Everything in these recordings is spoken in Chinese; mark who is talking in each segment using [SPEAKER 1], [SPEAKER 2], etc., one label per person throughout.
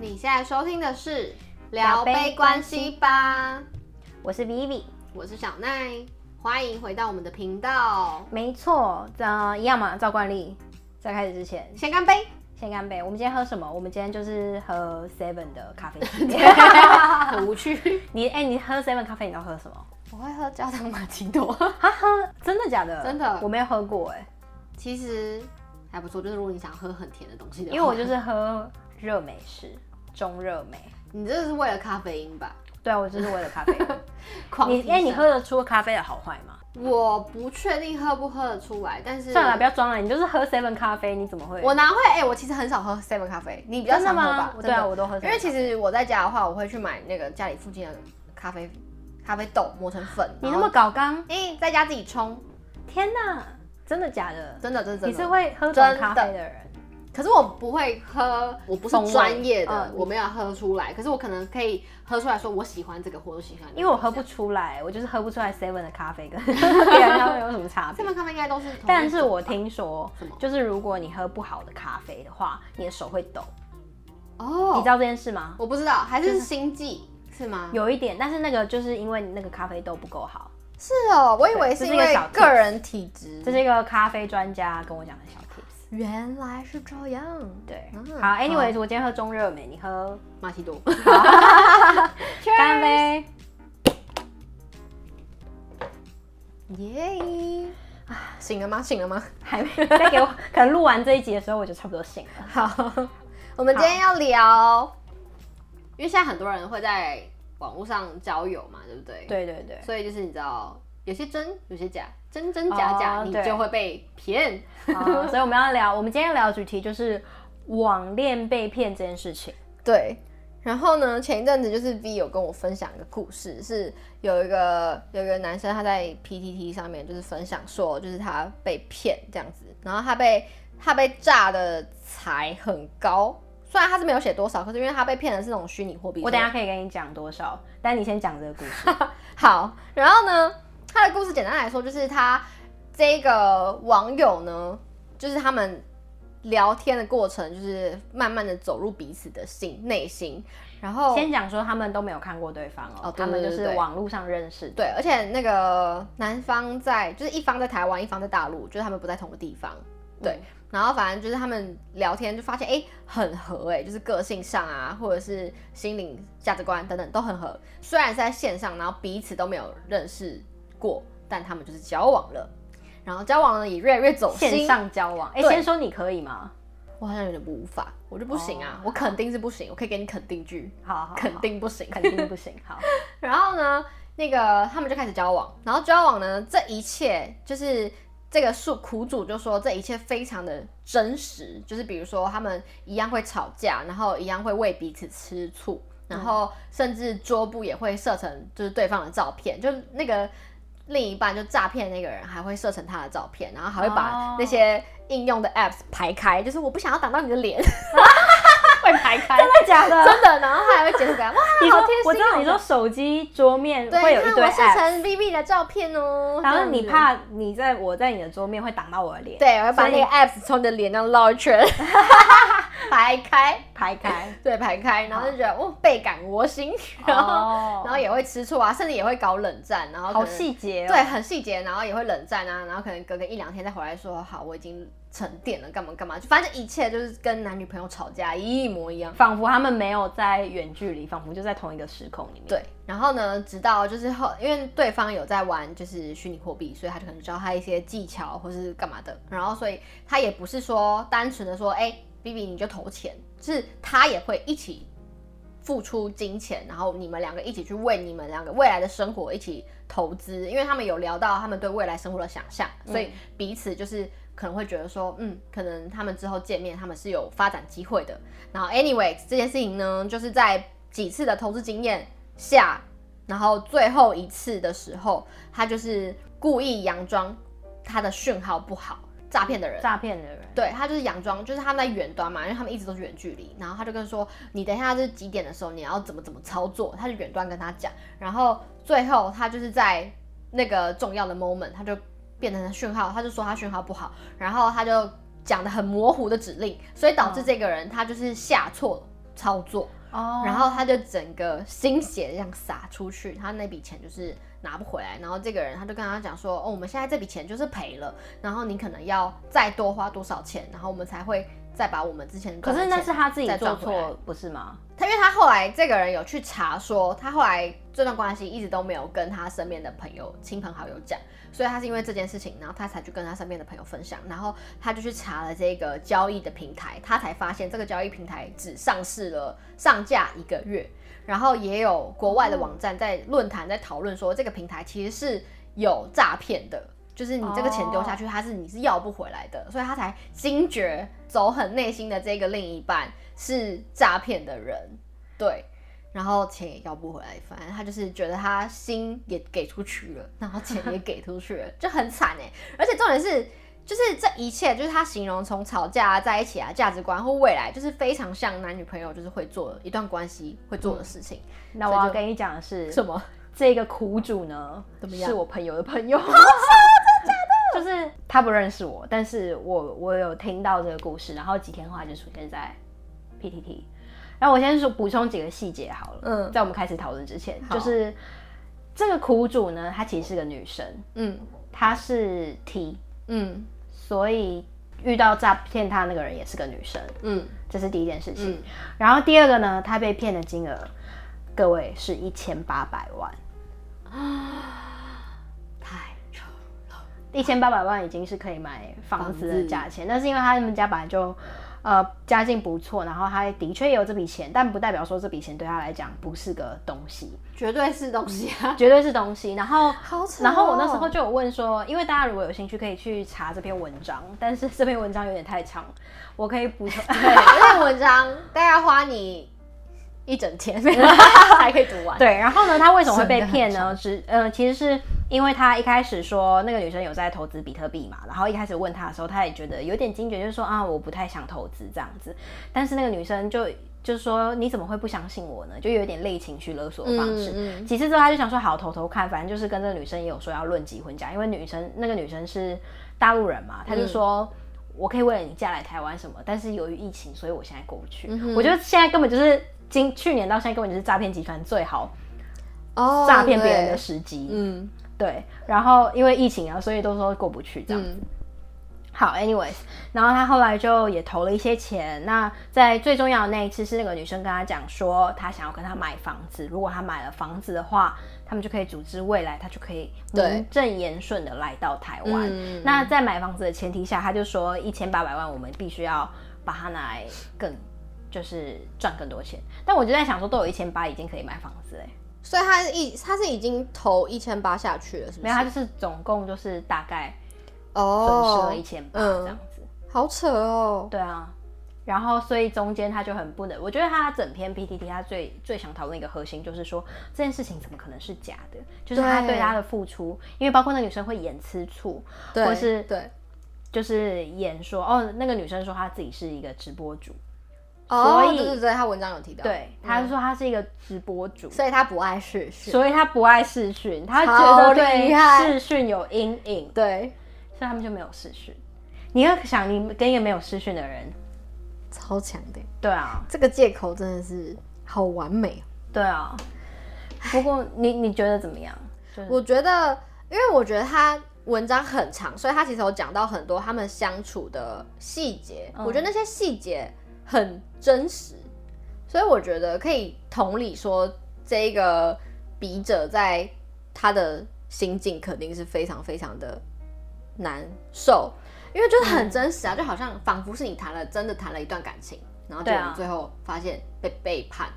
[SPEAKER 1] 你现在收听的是《聊杯关系吧》，
[SPEAKER 2] 我是 Vivi。
[SPEAKER 1] 我是小奈，欢迎回到我们的频道，
[SPEAKER 2] 没错，呃，一样嘛，照惯例，在开始之前
[SPEAKER 1] 先干 杯！
[SPEAKER 2] 先干杯。我们今天喝什么？我们今天就是喝 Seven 的 咖啡系列。
[SPEAKER 1] 很无趣，
[SPEAKER 2] 你哎、你喝 Seven 咖啡，你都喝什么？
[SPEAKER 1] 我会喝焦糖玛奇朵，
[SPEAKER 2] 哈喝真的假的？
[SPEAKER 1] 真的
[SPEAKER 2] 我没有喝过 哎、
[SPEAKER 1] 其实还不错。就是如果你想喝很甜的东西的话，
[SPEAKER 2] 因为我就是喝热美式，中热美。
[SPEAKER 1] 你这是为了咖啡因吧？
[SPEAKER 2] 对啊，我就是为了 咖啡因。
[SPEAKER 1] 狂
[SPEAKER 2] 你
[SPEAKER 1] 提
[SPEAKER 2] 哎、你
[SPEAKER 1] 神
[SPEAKER 2] 喝得出咖啡的好坏吗？
[SPEAKER 1] 我不确定喝不喝得出来，但是
[SPEAKER 2] 算了，不要装了，你就是喝 Seven 咖啡，你怎么会？
[SPEAKER 1] 嗯我哪会？哎、我其实很少喝 seven 咖啡，你比较
[SPEAKER 2] 真
[SPEAKER 1] 常
[SPEAKER 2] 的
[SPEAKER 1] 喝吧
[SPEAKER 2] 吗？？
[SPEAKER 1] 真
[SPEAKER 2] 对
[SPEAKER 1] 的
[SPEAKER 2] 啊，我都喝 7-Eleven 咖啡。
[SPEAKER 1] 因为其实我在家的话，我会去买那个家里附近的咖啡咖啡豆磨成粉，
[SPEAKER 2] 你
[SPEAKER 1] 然
[SPEAKER 2] 那
[SPEAKER 1] 后
[SPEAKER 2] 么搞刚，
[SPEAKER 1] 哎、在家自己冲，
[SPEAKER 2] 天哪，真的假的？
[SPEAKER 1] 真的这是真
[SPEAKER 2] 你
[SPEAKER 1] 的。
[SPEAKER 2] 是会喝
[SPEAKER 1] 真
[SPEAKER 2] 懂
[SPEAKER 1] 的
[SPEAKER 2] 咖啡的人，
[SPEAKER 1] 可是我不会喝，我不
[SPEAKER 2] 风
[SPEAKER 1] 是
[SPEAKER 2] 味
[SPEAKER 1] 专业的，
[SPEAKER 2] 嗯
[SPEAKER 1] 我没有喝出来。可是我可能可以喝出来说我喜欢这个或者喜欢那个，
[SPEAKER 2] 因为我喝不出来，我就是喝不出来 Seven 的咖啡跟 别人咖啡有什么差别。
[SPEAKER 1] seven 咖啡应该都是同一种吧。
[SPEAKER 2] 但是我听说
[SPEAKER 1] 什么，
[SPEAKER 2] 就是如果你喝不好的咖啡的话，你的手会抖，你
[SPEAKER 1] 哦
[SPEAKER 2] 知，道这件事吗？
[SPEAKER 1] 我不知道，还是心悸是吗？
[SPEAKER 2] 有一点，但是那个就是因为你那个咖啡豆不够好，
[SPEAKER 1] 是哦，我以为
[SPEAKER 2] 对
[SPEAKER 1] 是
[SPEAKER 2] 这是
[SPEAKER 1] 因
[SPEAKER 2] 一个
[SPEAKER 1] 为
[SPEAKER 2] 小 tips
[SPEAKER 1] 个人体质
[SPEAKER 2] 这。是一个咖啡专家跟我讲的小 tips。
[SPEAKER 1] 原来是这样，
[SPEAKER 2] 对，
[SPEAKER 1] 嗯
[SPEAKER 2] 好，anyways，我今天喝中热美，你喝
[SPEAKER 1] 马奇多，
[SPEAKER 2] 干杯。
[SPEAKER 1] 耶！啊醒了吗？醒了吗？
[SPEAKER 2] 还没再给我，可能录完这一集的时候我就差不多醒了。
[SPEAKER 1] 好，我们今天要聊，因为现在很多人会在网络上交友嘛，对不对？。
[SPEAKER 2] 对对对，
[SPEAKER 1] 所以就是你知道，有些真，有些假，真真假假，
[SPEAKER 2] 哦
[SPEAKER 1] 你
[SPEAKER 2] 对
[SPEAKER 1] 就会被骗。
[SPEAKER 2] 好所以我们要聊，我们今天要聊的主题就是网恋被骗这件事情。
[SPEAKER 1] 对。然后呢，前一阵子就是 V 有跟我分享一个故事，是有一个有一个男生他在 PTT 上面就是分享说，就是他被骗这样子，然后他被他被诈的财很高，虽然他是没有写多少，可是因为他被骗的是那种虚拟货币，
[SPEAKER 2] 我等一下可以跟你讲多少，但你先讲这个故事。
[SPEAKER 1] 好，然后呢，他的故事简单来说，就是他这个网友呢，就是他们聊天的过程，就是慢慢的走入彼此的心内心，然后
[SPEAKER 2] 先讲说他们都没有看过对方哦，
[SPEAKER 1] 哦对
[SPEAKER 2] 他们就
[SPEAKER 1] 对对
[SPEAKER 2] 是
[SPEAKER 1] 对
[SPEAKER 2] 网络上认识的。
[SPEAKER 1] 对，而且那个男方在，就是一方在台湾，一方在大陆，就是他们不在同个地方，对。
[SPEAKER 2] 嗯
[SPEAKER 1] 然后反正就是他们聊天就发现，哎、很合、哎，就是个性上啊，或者是心灵价值观等等都很合。虽然是在线上，然后彼此都没有认识过，但他们就是交往了。然后交往了也越来越走心，
[SPEAKER 2] 嗯线上交往，哎、
[SPEAKER 1] 对
[SPEAKER 2] 先说你可以吗？
[SPEAKER 1] 我好像有点无法，我就不行啊
[SPEAKER 2] 哦
[SPEAKER 1] 我肯定是不行，我可以给你肯定句，
[SPEAKER 2] 好好好，
[SPEAKER 1] 肯定不行，
[SPEAKER 2] 肯定不行。好，
[SPEAKER 1] 然后呢，那个他们就开始交往，然后交往呢，这一切就是这个诉苦主就说这一切非常的真实，就是比如说他们一样会吵架，然后一样会为彼此吃醋，然
[SPEAKER 2] 嗯
[SPEAKER 1] 后甚至桌布也会设成就是对方的照片，就那个。另一半就诈骗那个人，还会设成他的照片，然后还会把
[SPEAKER 2] 哦
[SPEAKER 1] 那些应用的 apps 排开，就是我不想要挡到你的脸， 会排开，
[SPEAKER 2] 真的假的？
[SPEAKER 1] 真的，然后他还会截图给他，哇，
[SPEAKER 2] 你
[SPEAKER 1] 好
[SPEAKER 2] 说
[SPEAKER 1] 贴心、哦！
[SPEAKER 2] 我知道你说手机桌面会有一堆
[SPEAKER 1] 看我设
[SPEAKER 2] app，
[SPEAKER 1] 成 B B 的照片哦。
[SPEAKER 2] 然
[SPEAKER 1] 这
[SPEAKER 2] 后
[SPEAKER 1] 样
[SPEAKER 2] 你
[SPEAKER 1] 子
[SPEAKER 2] 怕你在我在你的桌面会挡到我的脸，，
[SPEAKER 1] 对，我会把那
[SPEAKER 2] 所以
[SPEAKER 1] 个 app 从你的脸上绕一圈， 排开，
[SPEAKER 2] 排开，
[SPEAKER 1] 对，排开，然后就觉得哦倍感窝心， 然后、
[SPEAKER 2] 哦
[SPEAKER 1] 然后也会吃醋啊，甚至也会搞冷战，然后可
[SPEAKER 2] 好
[SPEAKER 1] 能
[SPEAKER 2] 细节、哦，
[SPEAKER 1] 对，很细节，然后也会冷战啊，然后可能隔个一两天再回来说，好，我已经沉淀了，干嘛干嘛，就反正一切就是跟男女朋友吵架一模一样。
[SPEAKER 2] 仿佛他们没有在远距离，仿佛就在同一个时空里面。，
[SPEAKER 1] 对，然后呢，直到就是后，因为对方有在玩就是虚拟货币，所以他就可能教他一些技巧或是干嘛的。然后，所以他也不是说单纯的说，哎、b B 你就投钱，是他也会一起付出金钱，然后你们两个一起去为你们两个未来的生活一起投资，因为他们有聊到他们对未来生活的想象，所以彼此就是可能会觉得说，嗯，可能他们之后见面，他们是有发展机会的。然后，anyway，这件事情呢，就是在几次的投资经验下，然后最后一次的时候，他就是故意佯装他的讯号不好，诈骗的人。
[SPEAKER 2] 诈骗的人，
[SPEAKER 1] 对他就是佯装，就是他们在远端嘛，因为他们一直都是远距离，然后他就跟说，你等一下是几点的时候，你要怎么怎么操作，他就远端跟他讲，然后最后他就是在那个重要的 moment，他就变成了讯号，他就说他讯号不好，然后他就讲的很模糊的指令，所以导致这个人他就是下错操作，
[SPEAKER 2] 哦
[SPEAKER 1] 然后他就整个心血这样撒出去，他那笔钱就是拿不回来。然后这个人他就跟他讲说，哦，我们现在这笔钱就是赔了，然后你可能要再多花多少钱，然后我们才会再把我们之前
[SPEAKER 2] 可
[SPEAKER 1] 赚的
[SPEAKER 2] 是
[SPEAKER 1] 钱
[SPEAKER 2] 那是他自己
[SPEAKER 1] 再
[SPEAKER 2] 做
[SPEAKER 1] 赚回来
[SPEAKER 2] 错，不是吗？
[SPEAKER 1] 他因为他后来这个人有去查说，他后来这段关系一直都没有跟他身边的朋友、亲朋好友讲，所以他是因为这件事情，然后他才去跟他身边的朋友分享，然后他就去查了这个交易的平台，他才发现这个交易平台只上市了上架一个月，然后也有国外的网站在论坛在讨论说，这个平台其实是有诈骗的。就是你这个钱丢下去，他是你是要不回来的，所以他才惊觉走很内心的这个另一半是诈骗的人，对，然后钱也要不回来，反正他就是觉得他心也给出去了，然后钱也给出去了，就很惨哎。 而且重点是，就是这一切，就是他形容从吵架、啊、在一起啊、价值观或未来，就是非常像男女朋友就是会做的一段关系会做的事情。
[SPEAKER 2] 那我
[SPEAKER 1] 所以
[SPEAKER 2] 要
[SPEAKER 1] 就
[SPEAKER 2] 跟你讲的是，
[SPEAKER 1] 什么？
[SPEAKER 2] 这个苦主呢，
[SPEAKER 1] 怎么样啊
[SPEAKER 2] 是我朋友的朋友。 就是他不认识我，但是我我有听到这个故事，然后几天后他就出现在 PTT。然后我先说补充几个细节好了，
[SPEAKER 1] 嗯
[SPEAKER 2] 在我们开始讨论之前，
[SPEAKER 1] 好
[SPEAKER 2] 就是这个苦主呢，她其实是个女生，
[SPEAKER 1] 嗯
[SPEAKER 2] 她是 T，
[SPEAKER 1] 嗯
[SPEAKER 2] 所以遇到诈骗她那个人也是个女生，
[SPEAKER 1] 嗯
[SPEAKER 2] 这是第一件事情。
[SPEAKER 1] 嗯，
[SPEAKER 2] 然后第二个呢，她被骗的金额，各位是一千八百万。
[SPEAKER 1] 嗯太丑。
[SPEAKER 2] 一千八百万已经是可以买房子的价钱，但是因为他们家本来就呃家境不错，然后他的确也有这笔钱，但不代表说这笔钱对他来讲不是个东西，
[SPEAKER 1] 绝对是东西啊，
[SPEAKER 2] 绝对是东西。然后
[SPEAKER 1] 好丑哦
[SPEAKER 2] 然后我那时候就有问说，因为大家如果有兴趣可以去查这篇文章，但是这篇文章有点太长，我可以补充。
[SPEAKER 1] 对，那篇文章大概花你一整 天才可以读完。，
[SPEAKER 2] 对，然后呢，他为什么会
[SPEAKER 1] 真
[SPEAKER 2] 被
[SPEAKER 1] 的很
[SPEAKER 2] 骗呢？只呃，其实是因为他一开始说那个女生有在投资比特币嘛，然后一开始问他的时候，他也觉得有点惊觉，就是说啊，我不太想投资这样子。但是那个女生就就说你怎么会不相信我呢？就有点类情绪勒索的方式。
[SPEAKER 1] 嗯嗯
[SPEAKER 2] 几次之后，他就想说好投投看，反正就是跟这个女生也有说要论及婚嫁，因为女生那个女生是大陆人嘛，他就说。我可以为了你嫁来台湾什么，但是由于疫情，所以我现在过不去。
[SPEAKER 1] 嗯哼
[SPEAKER 2] 我觉得现在根本就是今去年到现在根本就是诈骗集团最好
[SPEAKER 1] 哦
[SPEAKER 2] 诈骗别人的时机。
[SPEAKER 1] 嗯
[SPEAKER 2] 对，然后因为疫情啊，所以都说过不去这样。
[SPEAKER 1] 嗯
[SPEAKER 2] 好，anyways，然后他后来就也投了一些钱。那在最重要的那一次是那个女生跟他讲说，她想要跟他买房子，如果他买了房子的话，他们就可以组织未来，他就可以
[SPEAKER 1] 对
[SPEAKER 2] 名正言顺的来到台湾。
[SPEAKER 1] 嗯
[SPEAKER 2] 那在买房子的前提下，他就说一千八百万我们必须要把它拿来更就是赚更多钱。但我就在想说，都有一千八已经可以买房子嘞、欸
[SPEAKER 1] 所以他是一他是已经投一千八下去了，是不是？
[SPEAKER 2] 没有，他就是总共就是大概损失
[SPEAKER 1] 哦
[SPEAKER 2] 了一，千八
[SPEAKER 1] 嗯
[SPEAKER 2] 这样子。
[SPEAKER 1] 好扯哦。
[SPEAKER 2] 对啊，然后所以中间他就很不能，我觉得他整篇 PPT 他最最想讨论一个核心就是说这件事情怎么可能是假的，就是他
[SPEAKER 1] 对
[SPEAKER 2] 对他的付出，因为包括那女生会演吃醋，
[SPEAKER 1] 对，
[SPEAKER 2] 或是
[SPEAKER 1] 对，
[SPEAKER 2] 就是演说哦，那个女生说她自己是一个直播主，
[SPEAKER 1] 哦，
[SPEAKER 2] 所以
[SPEAKER 1] 对对对，他文章有提到，嗯
[SPEAKER 2] 对，她说她是一个直播主。
[SPEAKER 1] 所以他不爱试试，
[SPEAKER 2] 所以她不爱视讯，她觉
[SPEAKER 1] 超
[SPEAKER 2] 得
[SPEAKER 1] 厉
[SPEAKER 2] 对
[SPEAKER 1] 害
[SPEAKER 2] 视讯有阴影，
[SPEAKER 1] 对，
[SPEAKER 2] 所以他们就没有视讯。你要想，你跟一个没有视讯的人，
[SPEAKER 1] 超强的，
[SPEAKER 2] 对啊，
[SPEAKER 1] 这个借口真的是好完美哦。
[SPEAKER 2] 对啊，不过你你觉得怎么样？就是
[SPEAKER 1] 我觉得，因为我觉得他文章很长，所以他其实有讲到很多他们相处的细节。
[SPEAKER 2] 嗯
[SPEAKER 1] 我觉得那些细节很真实，所以我觉得可以同理说，这个笔者在他的心境肯定是非常非常的难受，因为就是很真实啊，就好像仿佛是你谈了真的谈了一段感情，然后结
[SPEAKER 2] 嗯对
[SPEAKER 1] 果
[SPEAKER 2] 啊
[SPEAKER 1] 你最后发现被背叛，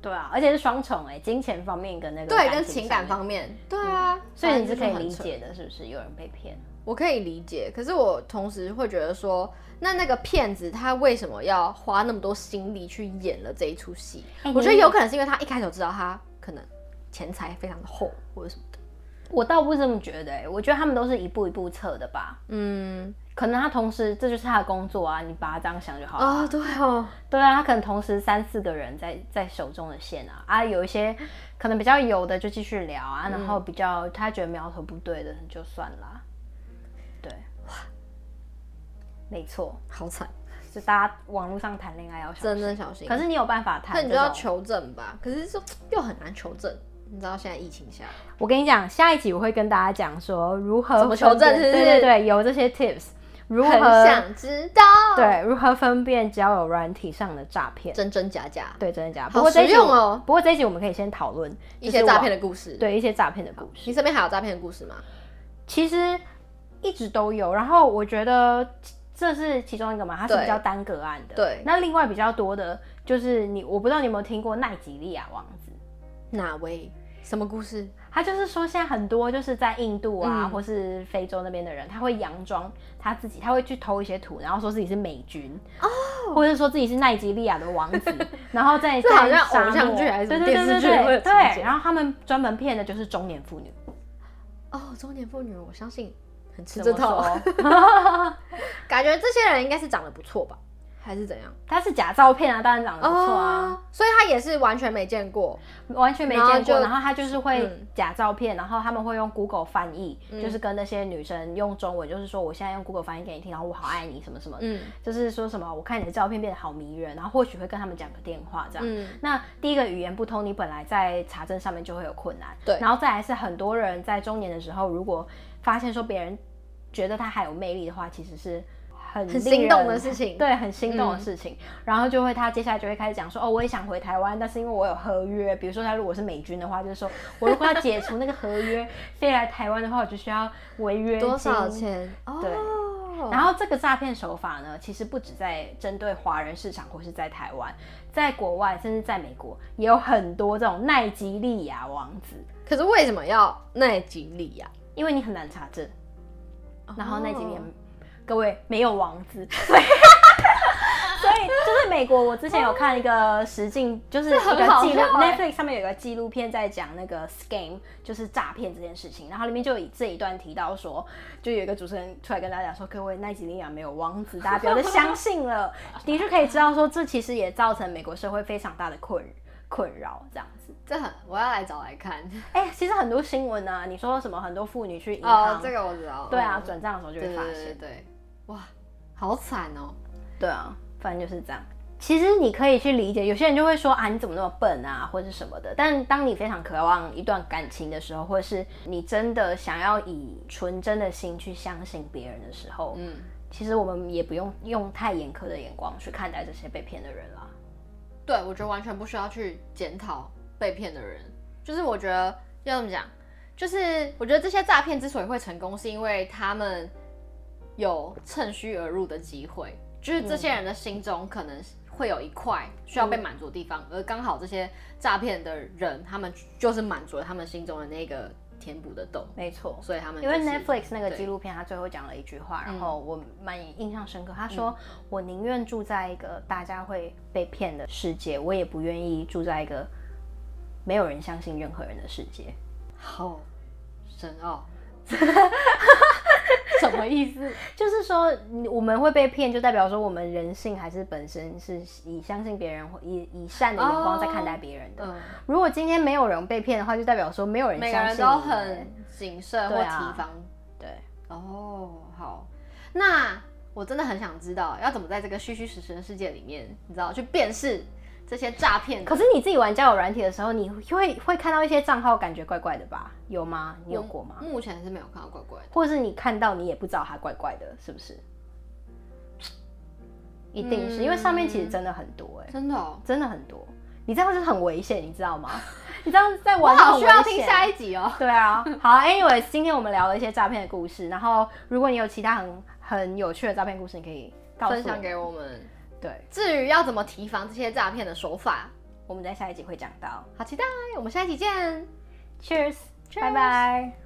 [SPEAKER 2] 对啊，而且是双重哎、金钱方面跟那个
[SPEAKER 1] 对，
[SPEAKER 2] 感
[SPEAKER 1] 跟情感
[SPEAKER 2] 上面，嗯
[SPEAKER 1] 方面，对啊，
[SPEAKER 2] 所以你是
[SPEAKER 1] 反
[SPEAKER 2] 可
[SPEAKER 1] 正就很
[SPEAKER 2] 以理
[SPEAKER 1] 扯
[SPEAKER 2] 解的，是不是？有人被骗，
[SPEAKER 1] 我可以理解，可是我同时会觉得说，那那个骗子他为什么要花那么多心力去演了这一出戏？
[SPEAKER 2] 哎
[SPEAKER 1] 我觉得
[SPEAKER 2] 你
[SPEAKER 1] 有可能是因为他一开始就知道他可能钱财非常的厚或者什么的。
[SPEAKER 2] 我倒不是这么觉得哎、我觉得他们都是一步一步测的吧。
[SPEAKER 1] 嗯
[SPEAKER 2] 可能他同时这就是他的工作啊，你把他这样想就好了。
[SPEAKER 1] 啊、对哦，
[SPEAKER 2] 对啊，他可能同时三四个人在在手中的线啊啊，有一些可能比较有的就继续聊啊，然
[SPEAKER 1] 嗯
[SPEAKER 2] 后比较他觉得苗头不对的就算啦。对，没错。
[SPEAKER 1] 好惨。
[SPEAKER 2] 就大家网络上谈恋爱要小心。
[SPEAKER 1] 真的小心。
[SPEAKER 2] 可是你有办法
[SPEAKER 1] 那
[SPEAKER 2] 谈
[SPEAKER 1] 你
[SPEAKER 2] 这
[SPEAKER 1] 就要
[SPEAKER 2] 种？
[SPEAKER 1] 求证吧，可是就又很难求证，你知道现在疫情下，
[SPEAKER 2] 我跟你讲，下一集我会跟大家讲说如何
[SPEAKER 1] 怎么求证
[SPEAKER 2] 分辨
[SPEAKER 1] 是不是
[SPEAKER 2] 对对对，有这些 tips，如
[SPEAKER 1] 很
[SPEAKER 2] 何
[SPEAKER 1] 想知道，，
[SPEAKER 2] 对如何分辨交友软体上的诈骗。
[SPEAKER 1] 真真假假，
[SPEAKER 2] 对，真的假的？不
[SPEAKER 1] 好
[SPEAKER 2] 过这
[SPEAKER 1] 实
[SPEAKER 2] 一集
[SPEAKER 1] 用
[SPEAKER 2] 我
[SPEAKER 1] 哦，
[SPEAKER 2] 不过这一集我们可以先讨论
[SPEAKER 1] 一些诈骗的故事。
[SPEAKER 2] 的，，对一些诈骗的故事。
[SPEAKER 1] 你身边还有诈骗的故事吗？
[SPEAKER 2] 其实一直都有。然后我觉得这是其中一个嘛，它是
[SPEAKER 1] 对
[SPEAKER 2] 比较单个案的。
[SPEAKER 1] 对
[SPEAKER 2] 那另外比较多的就是你，我不知道你有没有听过奈及利亚王子。
[SPEAKER 1] 哪位？什么故事？
[SPEAKER 2] 他就是说，现在很多就是在印度啊，
[SPEAKER 1] 嗯
[SPEAKER 2] 或是非洲那边的人，他会佯装他自己，他会去偷一些土，然后说自己是美军哦，或者说自己是奈及利亚的王 子，然后在
[SPEAKER 1] 这好
[SPEAKER 2] 在
[SPEAKER 1] 像
[SPEAKER 2] 沙
[SPEAKER 1] 偶像
[SPEAKER 2] 漠
[SPEAKER 1] 剧还是什
[SPEAKER 2] 对
[SPEAKER 1] 么
[SPEAKER 2] 对
[SPEAKER 1] 电视
[SPEAKER 2] 对对
[SPEAKER 1] 剧会有
[SPEAKER 2] 对
[SPEAKER 1] 情节
[SPEAKER 2] 对，然后他们专门骗的就是中年妇女，
[SPEAKER 1] 哦，中年妇女，我相信很吃
[SPEAKER 2] 怎
[SPEAKER 1] 这
[SPEAKER 2] 么
[SPEAKER 1] 套，哦
[SPEAKER 2] 说
[SPEAKER 1] 感觉这些人应该是长得不错吧，还是怎样？
[SPEAKER 2] 他是假照片啊，当然长得不错啊，
[SPEAKER 1] 哦，所以他也是完全没见过，
[SPEAKER 2] 完全没
[SPEAKER 1] 哦然后
[SPEAKER 2] 见过。
[SPEAKER 1] 就
[SPEAKER 2] 然后他就是会
[SPEAKER 1] 嗯
[SPEAKER 2] 假照片，然后他们会用 Google 翻译，就是跟那些女生用中文，就是说我现在用 Google 翻译给你听，然后我好爱你什么什么的。
[SPEAKER 1] 嗯
[SPEAKER 2] 就是说什么我看你的照片变得好迷人，然后或许会跟他们讲个电话这样。
[SPEAKER 1] 嗯，
[SPEAKER 2] 那第一个语言不通，你本来在查证上面就会有困难。
[SPEAKER 1] 对
[SPEAKER 2] 然后再来是很多人在中年的时候，如果发现说别人觉得他还有魅力的话，其实是很
[SPEAKER 1] 很
[SPEAKER 2] 令
[SPEAKER 1] 心动
[SPEAKER 2] 人
[SPEAKER 1] 的事情嗯
[SPEAKER 2] 对，很心动的事情。然后就会他接下来就会开始讲说，哦，我也想回台湾，但是因为我有合约，比如说他如果是美军的话，就是说我如果要解除那个合约 飞来台湾的话，我就需要违约
[SPEAKER 1] 多少
[SPEAKER 2] 金
[SPEAKER 1] 钱？
[SPEAKER 2] 对
[SPEAKER 1] 哦，
[SPEAKER 2] 然后这个诈骗手法呢，其实不止在针对华人市场或是在台湾，在国外甚至在美国也有很多这种奈及利亚王子，
[SPEAKER 1] 可是为什么要奈及利亚？
[SPEAKER 2] 因为你很难查证，然后奈及利亚、
[SPEAKER 1] 哦
[SPEAKER 2] 各位没有王子， 所以所以就是美国，我之前有看一个实境，就是一
[SPEAKER 1] 这很好
[SPEAKER 2] 个纪录
[SPEAKER 1] 笑欸
[SPEAKER 2] ，Netflix 上面有一个纪录片在讲那个 scam，就是诈骗这件事情，然后里面就以这一段提到说，就有一个主持人出来跟大家讲说，各位奈及利亚没有王 子，大家不要再相信了。的确可以知道说，这其实也造成美国社会非常大的困困扰，这样子。
[SPEAKER 1] 这很，我要来找来看。
[SPEAKER 2] 哎、其实很多新闻啊，你说什么很多妇女去银行，
[SPEAKER 1] 哦，这个我知道。
[SPEAKER 2] 对啊，
[SPEAKER 1] 嗯
[SPEAKER 2] 转账的时候就
[SPEAKER 1] 对
[SPEAKER 2] 会发
[SPEAKER 1] 对对
[SPEAKER 2] 现。
[SPEAKER 1] 对，哇，好惨哦。
[SPEAKER 2] 对啊，反正就是这样。其实你可以去理解，有些人就会说啊，你怎么那么笨啊，或者什么的。但当你非常渴望一段感情的时候，或者是你真的想要以纯真的心去相信别人的时候，
[SPEAKER 1] 嗯，
[SPEAKER 2] 其实我们也不用用太严苛的眼光去看待这些被骗的人啦。
[SPEAKER 1] 对，我觉得完全不需要去检讨被骗的人，就是我觉得要怎么讲，就是我觉得这些诈骗之所以会成功，是因为他们有趁虚而入的机会，就是这些人的心中可能会有一块需要被满足的地方，而刚好这些诈骗的人，他们就是满足了他们心中的那个填补的洞，
[SPEAKER 2] 没错，
[SPEAKER 1] 所以他们、
[SPEAKER 2] 因
[SPEAKER 1] 嗯就是、
[SPEAKER 2] 为 Netflix 那个
[SPEAKER 1] 对嗯
[SPEAKER 2] 纪录片，他最后讲了一句话，然后我蛮印象深刻。他说：“我宁愿住在一个大家会被骗的世界，我也不愿意住在一个没有人相信任何人的世界。
[SPEAKER 1] 好哦深奥， 什么意思？”
[SPEAKER 2] 就是说，你我们会被骗，就代表说我们人性还是本身是以相信别人、以以善的眼光在看待别人的。
[SPEAKER 1] 嗯。
[SPEAKER 2] 如果今天没有人被骗的话，就代表说没有人
[SPEAKER 1] 每个
[SPEAKER 2] 相
[SPEAKER 1] 人
[SPEAKER 2] 信
[SPEAKER 1] 都
[SPEAKER 2] 你
[SPEAKER 1] 很谨慎或
[SPEAKER 2] 对啊
[SPEAKER 1] 提防。
[SPEAKER 2] 对。
[SPEAKER 1] 哦，好，那我真的很想知道，要怎么在这个虚虚实实的世界里面，你知道去辨识这些诈骗？
[SPEAKER 2] 可是你自己玩交友软体的时候，你会会看到一些账号，感觉怪怪的吧？有吗？你有
[SPEAKER 1] 嗯
[SPEAKER 2] 过吗？
[SPEAKER 1] 目前是没有看到怪怪的。
[SPEAKER 2] 或者是你看到你也不知道它怪怪的，是不是？一定是、因为上面
[SPEAKER 1] 嗯
[SPEAKER 2] 其实真的很多哎、
[SPEAKER 1] 真的哦，
[SPEAKER 2] 真的很多。你这样是很危险，你知道吗？ 你这样在
[SPEAKER 1] 我
[SPEAKER 2] 玩
[SPEAKER 1] 好需要听下
[SPEAKER 2] 一。
[SPEAKER 1] 一集哦。
[SPEAKER 2] 对啊，好，anyways，今天我们聊了一些诈骗的故事，然后如果你有其他很很有趣的诈骗故事，你可以告诉
[SPEAKER 1] 分享给
[SPEAKER 2] 我
[SPEAKER 1] 我们。
[SPEAKER 2] 们。对，
[SPEAKER 1] 至于要怎么提防这些诈骗的手法，
[SPEAKER 2] 我们在下一集会讲到。
[SPEAKER 1] 好期待！我们下一集见。
[SPEAKER 2] Cheers，拜
[SPEAKER 1] Cheers
[SPEAKER 2] 拜。